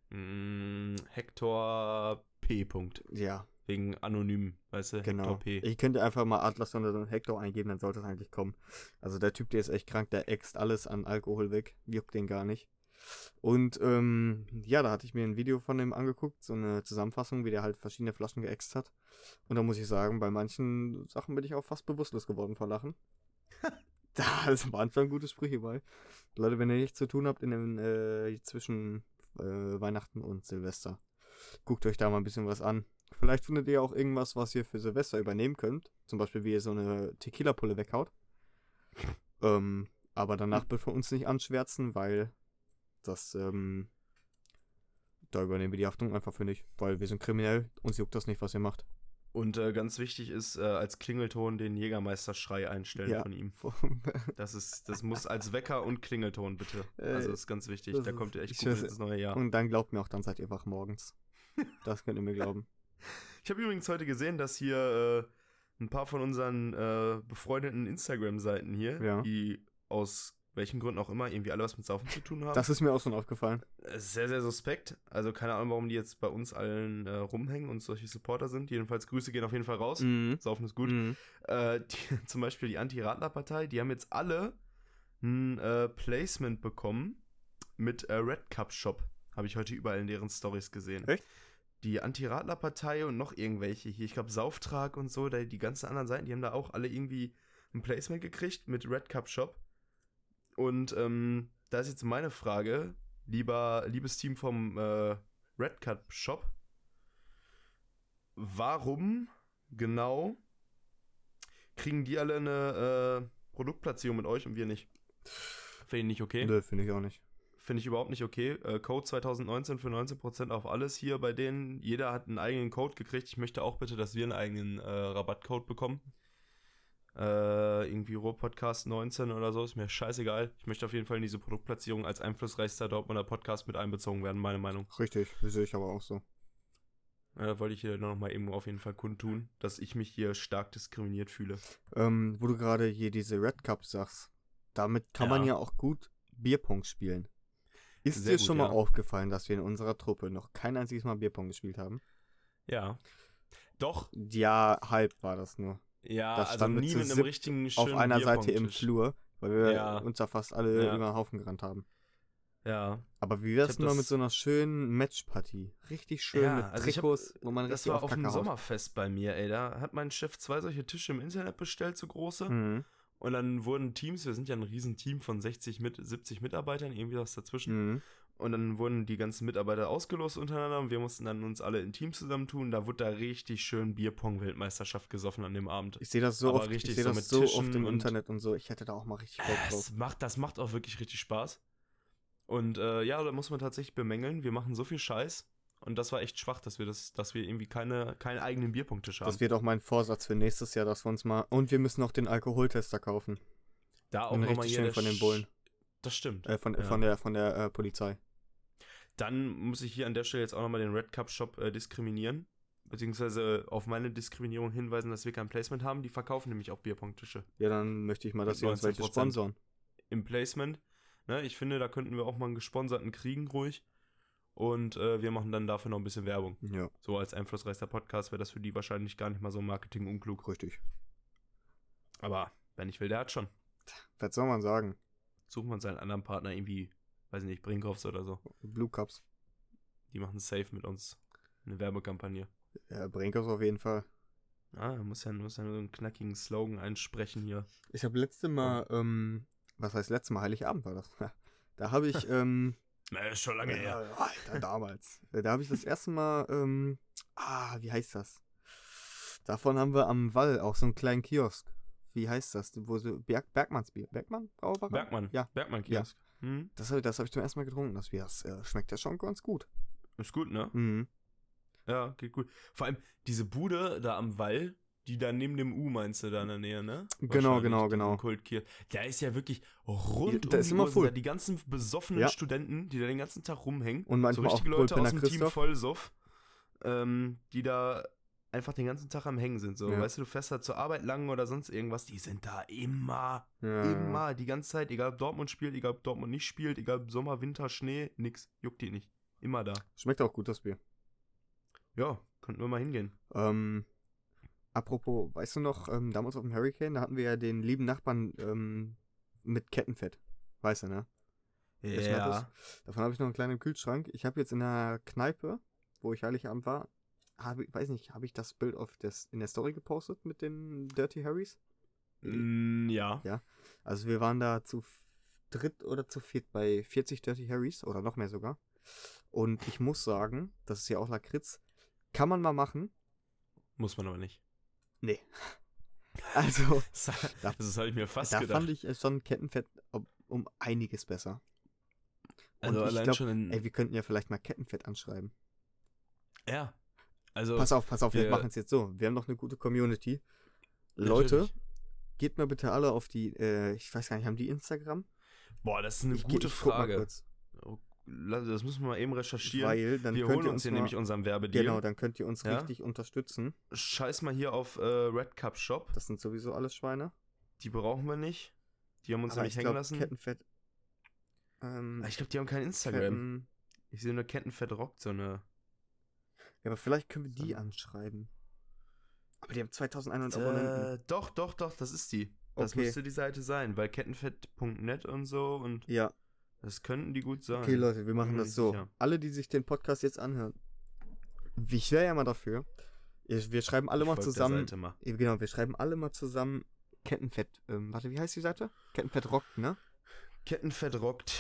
[SPEAKER 2] Mm, Hector P. Punkt.
[SPEAKER 1] Ja,
[SPEAKER 2] Wegen anonym, weißt du?
[SPEAKER 1] genau.
[SPEAKER 2] Hector P.
[SPEAKER 1] Ich könnte einfach mal Adlerson und Hector eingeben, dann sollte es eigentlich kommen. Also der Typ, der ist echt krank, der äxt alles an Alkohol weg, juckt den gar nicht. Und ähm, ja, da hatte ich mir ein Video von dem angeguckt, so eine Zusammenfassung, wie der halt verschiedene Flaschen geäxt hat. Und da muss ich sagen, bei manchen Sachen bin ich auch fast bewusstlos geworden vor Lachen. da sind waren schon gute Sprüche bei. Leute, wenn ihr nichts zu tun habt in den, äh, zwischen äh, Weihnachten und Silvester, guckt euch da mal ein bisschen was an. Vielleicht findet ihr auch irgendwas, was ihr für Silvester übernehmen könnt. Zum Beispiel, wie ihr so eine Tequila-Pulle *laughs* weghaut. Ähm, aber danach bitte uns nicht anschwärzen, weil das, ähm, da übernehmen wir die Haftung einfach für nicht, weil wir sind kriminell, uns juckt das nicht, was ihr macht. *laughs*
[SPEAKER 2] Und äh, ganz wichtig ist, äh, als Klingelton den Jägermeisterschrei einstellen
[SPEAKER 1] Ja.
[SPEAKER 2] von ihm. Das ist, das muss als Wecker und Klingelton bitte.
[SPEAKER 1] Äh,
[SPEAKER 2] Also ist ganz wichtig.
[SPEAKER 1] das
[SPEAKER 2] Da
[SPEAKER 1] ist-
[SPEAKER 2] kommt ihr
[SPEAKER 1] ich
[SPEAKER 2] echt gut
[SPEAKER 1] schwör's-
[SPEAKER 2] ins neue Jahr.
[SPEAKER 1] Und dann glaubt mir auch, dann seid ihr wach *laughs* morgens. Das könnt ihr mir glauben.
[SPEAKER 2] Ich habe übrigens heute gesehen, dass hier äh, ein paar von unseren äh, befreundeten Instagram-Seiten hier,
[SPEAKER 1] Ja.
[SPEAKER 2] die aus welchen Gründen auch immer irgendwie alle was mit Saufen zu tun haben,
[SPEAKER 1] Das ist mir auch schon aufgefallen.
[SPEAKER 2] äh, sehr, sehr suspekt. Also keine Ahnung, warum die jetzt bei uns allen äh, rumhängen und solche Supporter sind. Jedenfalls Grüße gehen auf jeden Fall raus.
[SPEAKER 1] Mhm.
[SPEAKER 2] Saufen ist gut.
[SPEAKER 1] Gut.
[SPEAKER 2] äh, die, *laughs* zum Beispiel die Anti-Radler-Partei, die haben jetzt alle ein äh, Placement bekommen mit äh, Red Cup Shop. Habe ich heute überall in deren Stories gesehen.
[SPEAKER 1] Echt?
[SPEAKER 2] Die Anti-Radler-Partei und noch irgendwelche hier. Ich glaube, Sauftrag und so, da, die ganzen anderen Seiten, die haben da auch alle irgendwie ein Placement gekriegt mit Red Cup Shop. Und ähm, da ist jetzt meine Frage, lieber, liebes Team vom äh, Red Cup Shop, warum genau kriegen die alle eine äh, Produktplatzierung mit euch und wir nicht? Finde ich nicht okay.
[SPEAKER 1] Nö, finde ich auch nicht.
[SPEAKER 2] Finde ich überhaupt nicht okay. Äh, Code 2019 für 19% auf alles hier bei denen. Jeder hat einen eigenen Code gekriegt. Ich möchte auch bitte, dass wir einen eigenen äh, Rabattcode bekommen. Äh, irgendwie Ruhrpodcast 19 oder so. Ist mir scheißegal. Ich möchte auf jeden Fall in diese Produktplatzierung als einflussreichster Dortmunder Podcast mit einbezogen werden, meine Meinung.
[SPEAKER 1] Richtig, sehe ich aber auch so.
[SPEAKER 2] Äh, da wollte ich hier nochmal eben auf jeden Fall kundtun, dass ich mich hier stark diskriminiert fühle.
[SPEAKER 1] Ähm, wo du gerade hier diese Red Cup sagst, damit kann man
[SPEAKER 2] Ja.
[SPEAKER 1] ja auch gut Bierpong spielen. Ist
[SPEAKER 2] Sehr
[SPEAKER 1] dir
[SPEAKER 2] gut,
[SPEAKER 1] schon
[SPEAKER 2] ja.
[SPEAKER 1] mal aufgefallen, dass wir in unserer Truppe noch kein einziges Mal Bierpong gespielt haben?
[SPEAKER 2] Ja. Doch,
[SPEAKER 1] Ja, halb war das nur.
[SPEAKER 2] ja,
[SPEAKER 1] Das
[SPEAKER 2] also
[SPEAKER 1] standen wir
[SPEAKER 2] nie
[SPEAKER 1] zu
[SPEAKER 2] mit einem
[SPEAKER 1] siebt
[SPEAKER 2] richtigen
[SPEAKER 1] Auf
[SPEAKER 2] schönen
[SPEAKER 1] einer Seite im
[SPEAKER 2] Bierpong-Tisch.
[SPEAKER 1] Flur, weil wir
[SPEAKER 2] Ja.
[SPEAKER 1] uns da fast alle
[SPEAKER 2] Ja.
[SPEAKER 1] über den Haufen gerannt haben.
[SPEAKER 2] Ja,
[SPEAKER 1] Aber wie
[SPEAKER 2] Ich
[SPEAKER 1] wär's
[SPEAKER 2] hab
[SPEAKER 1] denn mal mit
[SPEAKER 2] das-
[SPEAKER 1] so einer schönen Matchpartie? Richtig schön
[SPEAKER 2] Ja,
[SPEAKER 1] mit
[SPEAKER 2] also ich hab-
[SPEAKER 1] Trikots, wo man
[SPEAKER 2] Das
[SPEAKER 1] richtig
[SPEAKER 2] war auf
[SPEAKER 1] Kacke
[SPEAKER 2] einem
[SPEAKER 1] haut.
[SPEAKER 2] Sommerfest bei mir, ey. Da hat mein Chef zwei solche Tische im Internet bestellt, so große.
[SPEAKER 1] Mhm.
[SPEAKER 2] Und dann wurden Teams, wir sind ja ein Riesenteam von 60 mit 70 Mitarbeitern, irgendwie was dazwischen.
[SPEAKER 1] Mhm.
[SPEAKER 2] Und dann wurden die ganzen Mitarbeiter ausgelost untereinander und wir mussten dann uns alle in Teams zusammentun. Da wurde da richtig schön Bierpong-Weltmeisterschaft gesoffen an dem Abend.
[SPEAKER 1] Ich sehe das so
[SPEAKER 2] Aber
[SPEAKER 1] oft, ich
[SPEAKER 2] richtig
[SPEAKER 1] sehe
[SPEAKER 2] so
[SPEAKER 1] das
[SPEAKER 2] mit
[SPEAKER 1] so oft
[SPEAKER 2] Tischen
[SPEAKER 1] im
[SPEAKER 2] und-
[SPEAKER 1] Internet und so. Ich hätte da auch mal richtig Bock drauf.
[SPEAKER 2] Das macht, das macht auch wirklich richtig Spaß. Und äh, ja, da muss man tatsächlich bemängeln, wir machen so viel Scheiß. Und das war echt schwach, dass wir das, dass wir irgendwie keine, keinen eigenen Bierpunkttisch haben.
[SPEAKER 1] Das wird auch mein Vorsatz für nächstes Jahr, dass wir uns mal. Und wir müssen noch den Alkoholtester kaufen.
[SPEAKER 2] da
[SPEAKER 1] Einen
[SPEAKER 2] noch mal
[SPEAKER 1] richtig
[SPEAKER 2] hier
[SPEAKER 1] schön
[SPEAKER 2] der
[SPEAKER 1] von den
[SPEAKER 2] Sch-
[SPEAKER 1] Bullen.
[SPEAKER 2] Das stimmt.
[SPEAKER 1] Äh, von,
[SPEAKER 2] Ja.
[SPEAKER 1] von der, von der äh, Polizei.
[SPEAKER 2] Dann muss ich hier an der Stelle jetzt auch nochmal den Red Cup Shop äh, diskriminieren. Beziehungsweise auf meine Diskriminierung hinweisen, dass wir kein Placement haben. Die verkaufen nämlich auch Bierpongtische
[SPEAKER 1] Ja, dann möchte ich mal, dass
[SPEAKER 2] Mit
[SPEAKER 1] sie uns welche
[SPEAKER 2] 19%.
[SPEAKER 1] sponsoren.
[SPEAKER 2] im Placement. Ne, ich finde, da könnten wir auch mal einen gesponserten kriegen, ruhig. Und äh, wir machen dann dafür noch ein bisschen Werbung.
[SPEAKER 1] Ja,
[SPEAKER 2] So als einflussreichster Podcast wäre das für die wahrscheinlich gar nicht mal so Marketing unklug.
[SPEAKER 1] richtig.
[SPEAKER 2] Aber wenn ich will, der hat schon.
[SPEAKER 1] Was soll man sagen?
[SPEAKER 2] Suchen wir uns einen anderen Partner, irgendwie, weiß ich nicht, Brinkhoffs oder so.
[SPEAKER 1] Blue Cups.
[SPEAKER 2] Die machen safe mit uns. Eine Werbekampagne.
[SPEAKER 1] Ja, Brinkers auf jeden Fall.
[SPEAKER 2] Ah, muss ja, muss ja so einen knackigen Slogan einsprechen hier.
[SPEAKER 1] Ich habe letzte Mal, ähm, was heißt letzte Mal? Heiligabend war das. *laughs* Da habe
[SPEAKER 2] *laughs*
[SPEAKER 1] ich, ähm,
[SPEAKER 2] Na, ist schon lange her.
[SPEAKER 1] äh, Alter, damals. Da habe ich das erste Mal, ähm, ah, wie heißt das? Davon haben wir am Wall auch so einen kleinen Kiosk. Wie heißt das? Wo so Berg, Bergmannsbier. Bergmann? Brauerwache?
[SPEAKER 2] Bergmann.
[SPEAKER 1] Ja.
[SPEAKER 2] Bergmann Kiosk. Hm?
[SPEAKER 1] Das habe das hab ich zum ersten Mal getrunken, das Bier. Das äh, schmeckt ja schon ganz gut.
[SPEAKER 2] Ist gut, ne?
[SPEAKER 1] Mhm.
[SPEAKER 2] Ja, geht gut. Vor allem diese Bude da am Wall, die da neben dem U meinst du da in der Nähe, ne?
[SPEAKER 1] Genau, genau,
[SPEAKER 2] Wahrscheinlich,
[SPEAKER 1] genau.
[SPEAKER 2] diesen Kultkirch. Da ist ja wirklich rund
[SPEAKER 1] Ja,
[SPEAKER 2] um
[SPEAKER 1] da ist
[SPEAKER 2] die
[SPEAKER 1] immer
[SPEAKER 2] Uhr sind
[SPEAKER 1] voll.
[SPEAKER 2] da die ganzen besoffenen
[SPEAKER 1] Ja.
[SPEAKER 2] Studenten, die da den ganzen Tag rumhängen.
[SPEAKER 1] Und manchmal
[SPEAKER 2] so
[SPEAKER 1] auch
[SPEAKER 2] richtige Leute
[SPEAKER 1] Brülpener
[SPEAKER 2] aus dem Team
[SPEAKER 1] Christoph.
[SPEAKER 2] Vollsuff, ähm, die da einfach den ganzen Tag am Hängen sind. So,
[SPEAKER 1] Ja.
[SPEAKER 2] weißt du, du fährst da zur Arbeit lang oder sonst irgendwas, die sind da immer,
[SPEAKER 1] Ja,
[SPEAKER 2] immer, die ganze Zeit, egal ob Dortmund spielt, egal ob Dortmund nicht spielt, egal ob Sommer, Winter, Schnee, nix, juckt die nicht. Immer da.
[SPEAKER 1] Schmeckt auch gut, das Bier.
[SPEAKER 2] Ja, könnten wir mal hingehen.
[SPEAKER 1] Ähm, apropos, weißt du noch, ähm, damals auf dem Hurricane, da hatten wir ja den lieben Nachbarn ähm, mit Kettenfett. Weißt du, ne? Der Schnappes. Davon habe ich noch einen kleinen im Kühlschrank. Ich habe jetzt in der Kneipe, wo ich Heiligabend war, hab, ich- weiß nicht, habe ich das Bild auf das, in der Story gepostet mit den Dirty Harrys?
[SPEAKER 2] Mm, ja.
[SPEAKER 1] Also wir waren da zu f- dritt oder zu viert bei 40 Dirty Harrys oder noch mehr sogar. Und ich muss sagen, das ist ja auch Lakritz, kann man mal machen.
[SPEAKER 2] *laughs* Muss man aber nicht. *laughs*
[SPEAKER 1] Also,
[SPEAKER 2] Das, das habe ich mir fast
[SPEAKER 1] da
[SPEAKER 2] gedacht.
[SPEAKER 1] fand ich äh, schon Kettenfett ob- um einiges besser.
[SPEAKER 2] also
[SPEAKER 1] und ich
[SPEAKER 2] allein
[SPEAKER 1] glaub,
[SPEAKER 2] schon in.
[SPEAKER 1] Ey, wir könnten ja vielleicht mal Kettenfett anschreiben.
[SPEAKER 2] ja. Also.
[SPEAKER 1] Pass auf, pass auf, wir
[SPEAKER 2] wir-
[SPEAKER 1] machen es jetzt so. Wir haben noch eine gute Community.
[SPEAKER 2] natürlich.
[SPEAKER 1] Leute, geht mal bitte alle auf die, äh, ich weiß gar nicht, haben die Instagram?
[SPEAKER 2] Boah, das ist eine
[SPEAKER 1] Ich geh-
[SPEAKER 2] gute
[SPEAKER 1] ich guck mal
[SPEAKER 2] Frage.
[SPEAKER 1] kurz,
[SPEAKER 2] Lass- Das müssen wir mal eben recherchieren.
[SPEAKER 1] weil dann
[SPEAKER 2] wir
[SPEAKER 1] könnt
[SPEAKER 2] holen
[SPEAKER 1] ihr
[SPEAKER 2] uns hier
[SPEAKER 1] mal,
[SPEAKER 2] nämlich unseren Werbedeal.
[SPEAKER 1] Genau, dann könnt ihr uns
[SPEAKER 2] Ja?
[SPEAKER 1] richtig unterstützen.
[SPEAKER 2] Scheiß mal hier auf äh, Red Cup Shop.
[SPEAKER 1] Das sind sowieso alles Schweine.
[SPEAKER 2] Die brauchen wir nicht. Die haben uns
[SPEAKER 1] Aber
[SPEAKER 2] nämlich
[SPEAKER 1] ich
[SPEAKER 2] hängen
[SPEAKER 1] glaub,
[SPEAKER 2] lassen.
[SPEAKER 1] Kettenfett. Ähm,
[SPEAKER 2] Ah, ich glaube, die haben kein Instagram.
[SPEAKER 1] Ketten,
[SPEAKER 2] Ich sehe nur Kettenfett rockt so eine.
[SPEAKER 1] ja, aber vielleicht können wir die
[SPEAKER 2] Sondern-
[SPEAKER 1] anschreiben. Aber die haben 2100 Abonnenten.
[SPEAKER 2] Äh, doch, doch, doch, das ist die. Das
[SPEAKER 1] Okay.
[SPEAKER 2] müsste die Seite sein, weil kettenfett.net und so und
[SPEAKER 1] Ja,
[SPEAKER 2] das könnten die gut sein.
[SPEAKER 1] Okay, Leute, wir machen
[SPEAKER 2] mir
[SPEAKER 1] das
[SPEAKER 2] nicht
[SPEAKER 1] so.
[SPEAKER 2] sicher.
[SPEAKER 1] Alle, die sich den Podcast jetzt anhören, ich wäre ja mal dafür. Ich- Wir schreiben alle
[SPEAKER 2] Ich
[SPEAKER 1] mal
[SPEAKER 2] folg der
[SPEAKER 1] zusammen.
[SPEAKER 2] Seite mal.
[SPEAKER 1] Eh, Genau, wir schreiben alle mal zusammen Kettenfett. Ähm, warte, wie heißt die Seite? Kettenfett rockt, ne?
[SPEAKER 2] Kettenfett rockt.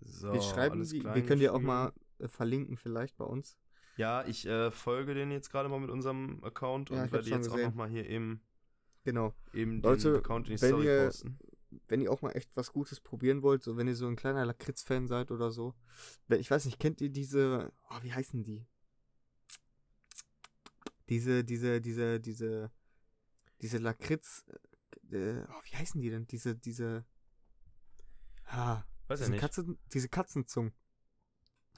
[SPEAKER 2] So,
[SPEAKER 1] wir schreiben
[SPEAKER 2] alles
[SPEAKER 1] die, wir
[SPEAKER 2] klein
[SPEAKER 1] können die auch
[SPEAKER 2] geschrieben.
[SPEAKER 1] mal äh, verlinken vielleicht bei uns.
[SPEAKER 2] Ja, ich äh, folge denen jetzt gerade mal mit unserem Account
[SPEAKER 1] Ja, ich
[SPEAKER 2] und
[SPEAKER 1] hab's
[SPEAKER 2] werde
[SPEAKER 1] schon
[SPEAKER 2] jetzt auch
[SPEAKER 1] gesehen.
[SPEAKER 2] nochmal hier eben,
[SPEAKER 1] Genau.
[SPEAKER 2] eben
[SPEAKER 1] Leute,
[SPEAKER 2] den Account in die
[SPEAKER 1] wenn
[SPEAKER 2] Story
[SPEAKER 1] ihr-
[SPEAKER 2] posten.
[SPEAKER 1] Wenn ihr auch mal echt was Gutes probieren wollt, so wenn ihr so ein kleiner Lakritz-Fan seid oder so. Wenn- Ich weiß nicht, kennt ihr diese, oh, wie heißen die? Diese, diese, diese, diese, diese Lakritz, äh, oh, wie heißen die denn? Diese, diese, ah,
[SPEAKER 2] Weiß ja
[SPEAKER 1] diese,
[SPEAKER 2] nicht.
[SPEAKER 1] Katzen, diese Katzenzungen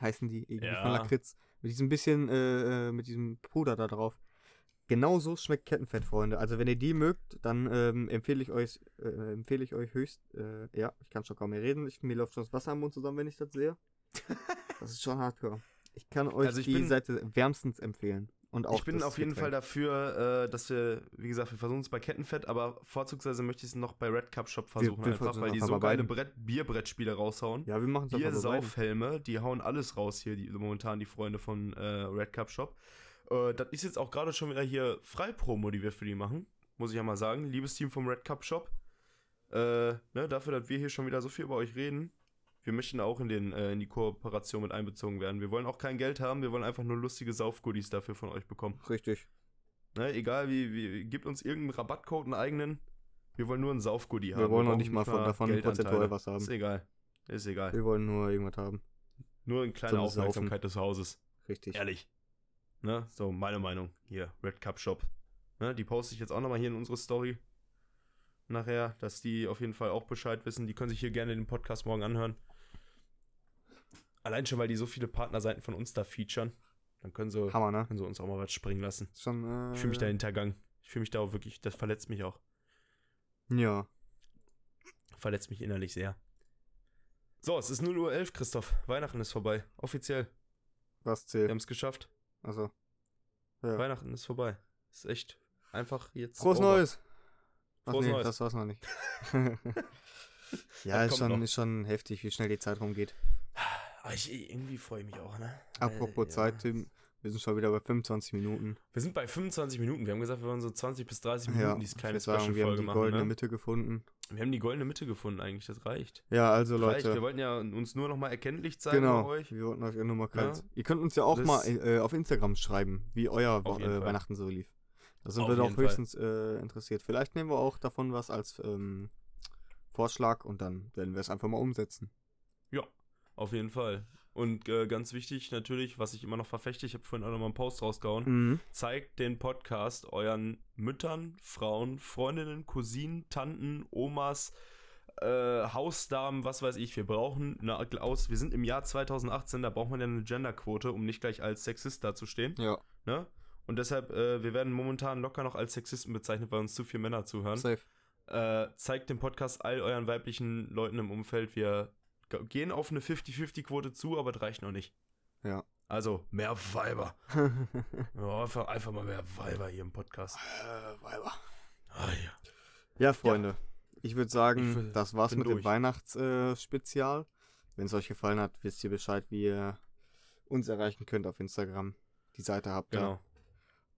[SPEAKER 1] heißen die irgendwie von
[SPEAKER 2] Ja.
[SPEAKER 1] Lakritz. Mit diesem bisschen, äh, äh, mit diesem Puder da drauf. Genau so schmeckt Kettenfett, Freunde. Also wenn ihr die mögt, dann ähm, empfehle ich euch, äh, empfehle ich euch höchst, äh, ja, ich kann schon kaum mehr reden. Ich, mir läuft schon das Wasser am Mund zusammen, wenn ich das
[SPEAKER 2] *laughs*
[SPEAKER 1] sehe. Das ist schon hardcore. Ich kann euch
[SPEAKER 2] Also ich
[SPEAKER 1] die
[SPEAKER 2] bin-
[SPEAKER 1] Seite wärmstens empfehlen. Und auch
[SPEAKER 2] ich bin
[SPEAKER 1] das
[SPEAKER 2] auf jeden Fall
[SPEAKER 1] Getränk.
[SPEAKER 2] dafür, äh, dass wir, wie gesagt, wir versuchen es bei Kettenfett, aber vorzugsweise möchte ich es noch bei Red Cup Shop versuchen,
[SPEAKER 1] wir
[SPEAKER 2] einfach,
[SPEAKER 1] versuchen
[SPEAKER 2] weil die
[SPEAKER 1] einfach
[SPEAKER 2] so
[SPEAKER 1] bei
[SPEAKER 2] geile
[SPEAKER 1] beiden.
[SPEAKER 2] Brett Bierbrettspiele raushauen.
[SPEAKER 1] Ja, wir machen es
[SPEAKER 2] Bier,
[SPEAKER 1] einfach so beiden.
[SPEAKER 2] Saufhelme, die hauen alles raus hier, die, momentan die Freunde von äh, Red Cup Shop. Äh, das ist jetzt auch gerade schon wieder hier Freipromo, die wir für die machen. Muss ich ja mal sagen. Liebes Team vom Red Cup Shop. Äh, ne, dafür, dass wir hier schon wieder so viel über euch reden. Wir möchten auch in, den, äh, in die Kooperation mit einbezogen werden. Wir wollen auch kein Geld haben, wir wollen einfach nur lustige Saufgoodies dafür von euch bekommen.
[SPEAKER 1] Richtig.
[SPEAKER 2] Ne, egal wie, wie, gibt uns irgendeinen Rabattcode, einen eigenen. Wir wollen nur einen Saufgoodie haben.
[SPEAKER 1] Wir wollen auch
[SPEAKER 2] brauchen
[SPEAKER 1] nicht mal von, davon
[SPEAKER 2] Geldanteile.
[SPEAKER 1] prozentual was
[SPEAKER 2] Ist
[SPEAKER 1] haben.
[SPEAKER 2] egal. Ist egal.
[SPEAKER 1] Wir wollen nur irgendwas haben.
[SPEAKER 2] Nur eine kleine
[SPEAKER 1] Zum
[SPEAKER 2] Aufmerksamkeit des Hauses.
[SPEAKER 1] Richtig.
[SPEAKER 2] Ehrlich. Ne? So, meine Meinung. Hier, Red Cup Shop. Ne? Die poste ich jetzt auch nochmal hier in unsere Story. Nachher, dass die auf jeden Fall auch Bescheid wissen. Die können sich hier gerne den Podcast morgen anhören. Allein schon, weil die so viele Partnerseiten von uns da featuren. Dann können sie,
[SPEAKER 1] Hammer, ne?
[SPEAKER 2] können sie uns auch mal was springen lassen.
[SPEAKER 1] Ist Schon, äh,
[SPEAKER 2] Ich fühle mich da hintergangen. Ich fühle mich da auch wirklich, das verletzt mich auch.
[SPEAKER 1] Ja.
[SPEAKER 2] Verletzt mich innerlich sehr. So, es ist 0.11 Uhr, Christoph. Weihnachten ist vorbei. Offiziell.
[SPEAKER 1] Was
[SPEAKER 2] Wir
[SPEAKER 1] zählt?
[SPEAKER 2] haben es geschafft.
[SPEAKER 1] Also. Ja.
[SPEAKER 2] Weihnachten ist vorbei. Ist echt einfach jetzt.
[SPEAKER 1] Frohes
[SPEAKER 2] over.
[SPEAKER 1] Neues! Ach
[SPEAKER 2] Frohes
[SPEAKER 1] nee,
[SPEAKER 2] Neues.
[SPEAKER 1] das war's noch *laughs* nicht. ja,
[SPEAKER 2] Das
[SPEAKER 1] ist
[SPEAKER 2] kommt
[SPEAKER 1] schon,
[SPEAKER 2] noch.
[SPEAKER 1] ist schon heftig, wie schnell die Zeit rumgeht.
[SPEAKER 2] Aber Ah, ich, irgendwie freue ich mich auch, ne?
[SPEAKER 1] Apropos
[SPEAKER 2] Weil,
[SPEAKER 1] Zeit, Tim, wir sind schon wieder bei 25 Minuten.
[SPEAKER 2] Wir sind bei 25 Minuten. Wir haben gesagt, wir wollen so 20 bis 30 Minuten
[SPEAKER 1] Ja,
[SPEAKER 2] dieses
[SPEAKER 1] ich
[SPEAKER 2] kleine
[SPEAKER 1] würd sagen, wir haben
[SPEAKER 2] Special-Folge
[SPEAKER 1] die
[SPEAKER 2] machen.
[SPEAKER 1] goldene
[SPEAKER 2] Ne?
[SPEAKER 1] Mitte gefunden.
[SPEAKER 2] Wir haben die goldene Mitte gefunden, eigentlich. Das reicht.
[SPEAKER 1] Ja, also
[SPEAKER 2] Reicht. Wir
[SPEAKER 1] Leute,
[SPEAKER 2] wollten ja uns nur nochmal erkenntlich zeigen
[SPEAKER 1] genau,
[SPEAKER 2] bei euch.
[SPEAKER 1] wir wollten euch nur mal
[SPEAKER 2] Ja.
[SPEAKER 1] kurz. Ihr könnt uns ja auch
[SPEAKER 2] Das-
[SPEAKER 1] mal äh, auf Instagram schreiben, wie euer
[SPEAKER 2] Auf
[SPEAKER 1] Wo-
[SPEAKER 2] jeden
[SPEAKER 1] äh,
[SPEAKER 2] Fall.
[SPEAKER 1] Weihnachten so lief. Da sind
[SPEAKER 2] Auf
[SPEAKER 1] wir doch
[SPEAKER 2] jeden Fall.
[SPEAKER 1] höchstens äh, interessiert. Vielleicht nehmen wir auch davon was als ähm, Vorschlag und dann werden wir es einfach mal umsetzen.
[SPEAKER 2] Auf jeden Fall. Und äh, ganz wichtig natürlich, was ich immer noch verfechte, ich habe vorhin auch nochmal einen Post rausgehauen.
[SPEAKER 1] Mhm.
[SPEAKER 2] Zeigt den Podcast euren Müttern, Frauen, Freundinnen, Cousinen, Tanten, Omas, äh, Hausdamen, was weiß ich. Wir brauchen eine aus. Wir sind im Jahr 2018, da braucht man ja eine Genderquote, um nicht gleich als Sexist dazustehen.
[SPEAKER 1] Ja,
[SPEAKER 2] Ne? Und deshalb, äh, wir werden momentan locker noch als Sexisten bezeichnet, weil uns zu viele Männer zuhören.
[SPEAKER 1] safe. *laughs*
[SPEAKER 2] Äh, zeigt den Podcast all euren weiblichen Leuten im Umfeld. Wir g- gehen auf eine 50-50-Quote zu, aber das reicht noch nicht.
[SPEAKER 1] Ja.
[SPEAKER 2] Also mehr Weiber.
[SPEAKER 1] Äh,
[SPEAKER 2] Ja, einfach, einfach mal mehr Weiber hier im Podcast. Ah, ja.
[SPEAKER 1] Ja, Freunde, ich würde sagen,
[SPEAKER 2] Ich will-
[SPEAKER 1] das war's
[SPEAKER 2] bin
[SPEAKER 1] mit dem
[SPEAKER 2] durch.
[SPEAKER 1] Weihnachtsspezial. Wenn es euch gefallen hat, wisst ihr Bescheid, wie ihr uns erreichen könnt auf Instagram. Die Seite habt ihr.
[SPEAKER 2] Genau.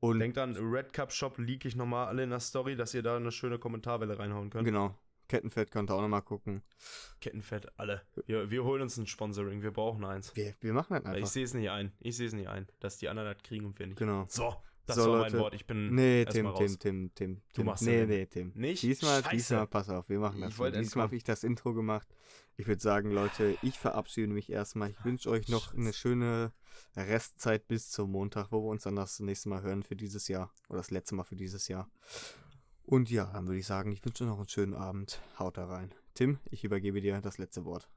[SPEAKER 1] Und
[SPEAKER 2] Denkt an, Red Cup Shop leak ich nochmal alle in der Story, dass ihr da eine schöne Kommentarwelle reinhauen könnt.
[SPEAKER 1] genau, Kettenfett könnt ihr auch nochmal gucken.
[SPEAKER 2] Kettenfett, alle. Wir, wir holen uns ein Sponsoring, wir brauchen eins.
[SPEAKER 1] Wir, wir machen das
[SPEAKER 2] Ich
[SPEAKER 1] einfach.
[SPEAKER 2] sehe es nicht ein. Ich sehe es nicht ein, dass die anderen das kriegen und wir nicht.
[SPEAKER 1] Genau.
[SPEAKER 2] So, das
[SPEAKER 1] So,
[SPEAKER 2] war
[SPEAKER 1] Leute.
[SPEAKER 2] mein Wort. Ich bin.
[SPEAKER 1] Nee,
[SPEAKER 2] erst
[SPEAKER 1] Tim,
[SPEAKER 2] mal
[SPEAKER 1] Tim,
[SPEAKER 2] raus.
[SPEAKER 1] Tim, Tim, Tim.
[SPEAKER 2] machst
[SPEAKER 1] nee,
[SPEAKER 2] den.
[SPEAKER 1] nee, Tim.
[SPEAKER 2] Nicht?
[SPEAKER 1] Diesmal,
[SPEAKER 2] Scheiße.
[SPEAKER 1] diesmal, pass auf, wir machen
[SPEAKER 2] Ich
[SPEAKER 1] das. so.
[SPEAKER 2] wollte erst
[SPEAKER 1] diesmal
[SPEAKER 2] mal-
[SPEAKER 1] habe ich das Intro gemacht. Ich würde sagen, Leute, ich verabschiede mich erstmal. Ich wünsche euch noch eine schöne Restzeit bis zum Montag, wo wir uns dann das nächste Mal hören für dieses Jahr. Oder das letzte Mal für dieses Jahr. Und ja, dann würde ich sagen, ich wünsche euch noch einen schönen Abend. Haut da rein. Tim, ich übergebe dir das letzte Wort.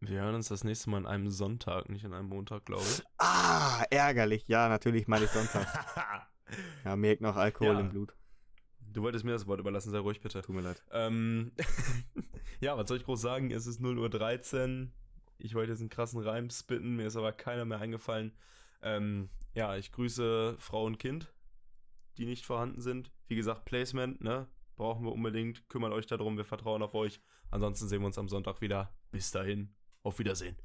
[SPEAKER 2] Wir hören uns das nächste Mal an einem Sonntag, nicht an einem Montag, glaube
[SPEAKER 1] *laughs*
[SPEAKER 2] ich.
[SPEAKER 1] Ah, ärgerlich. Ja, natürlich meine ich
[SPEAKER 2] *laughs*
[SPEAKER 1] Sonntag. Ja, mir hängt noch Alkohol
[SPEAKER 2] Ja.
[SPEAKER 1] im Blut.
[SPEAKER 2] du wolltest mir das Wort überlassen, sei ruhig bitte.
[SPEAKER 1] Tut mir leid.
[SPEAKER 2] Ähm, *laughs* ja, was soll ich groß sagen? Es ist 0.13 Uhr. Ich wollte jetzt einen krassen Reim spitten, mir ist aber keiner mehr eingefallen. Ähm, ja, ich grüße Frau und Kind, die nicht vorhanden sind. Wie gesagt, Placement, ne? Brauchen wir unbedingt. Kümmert euch darum, wir vertrauen auf euch. Ansonsten sehen wir uns am Sonntag wieder. Bis dahin, auf Wiedersehen.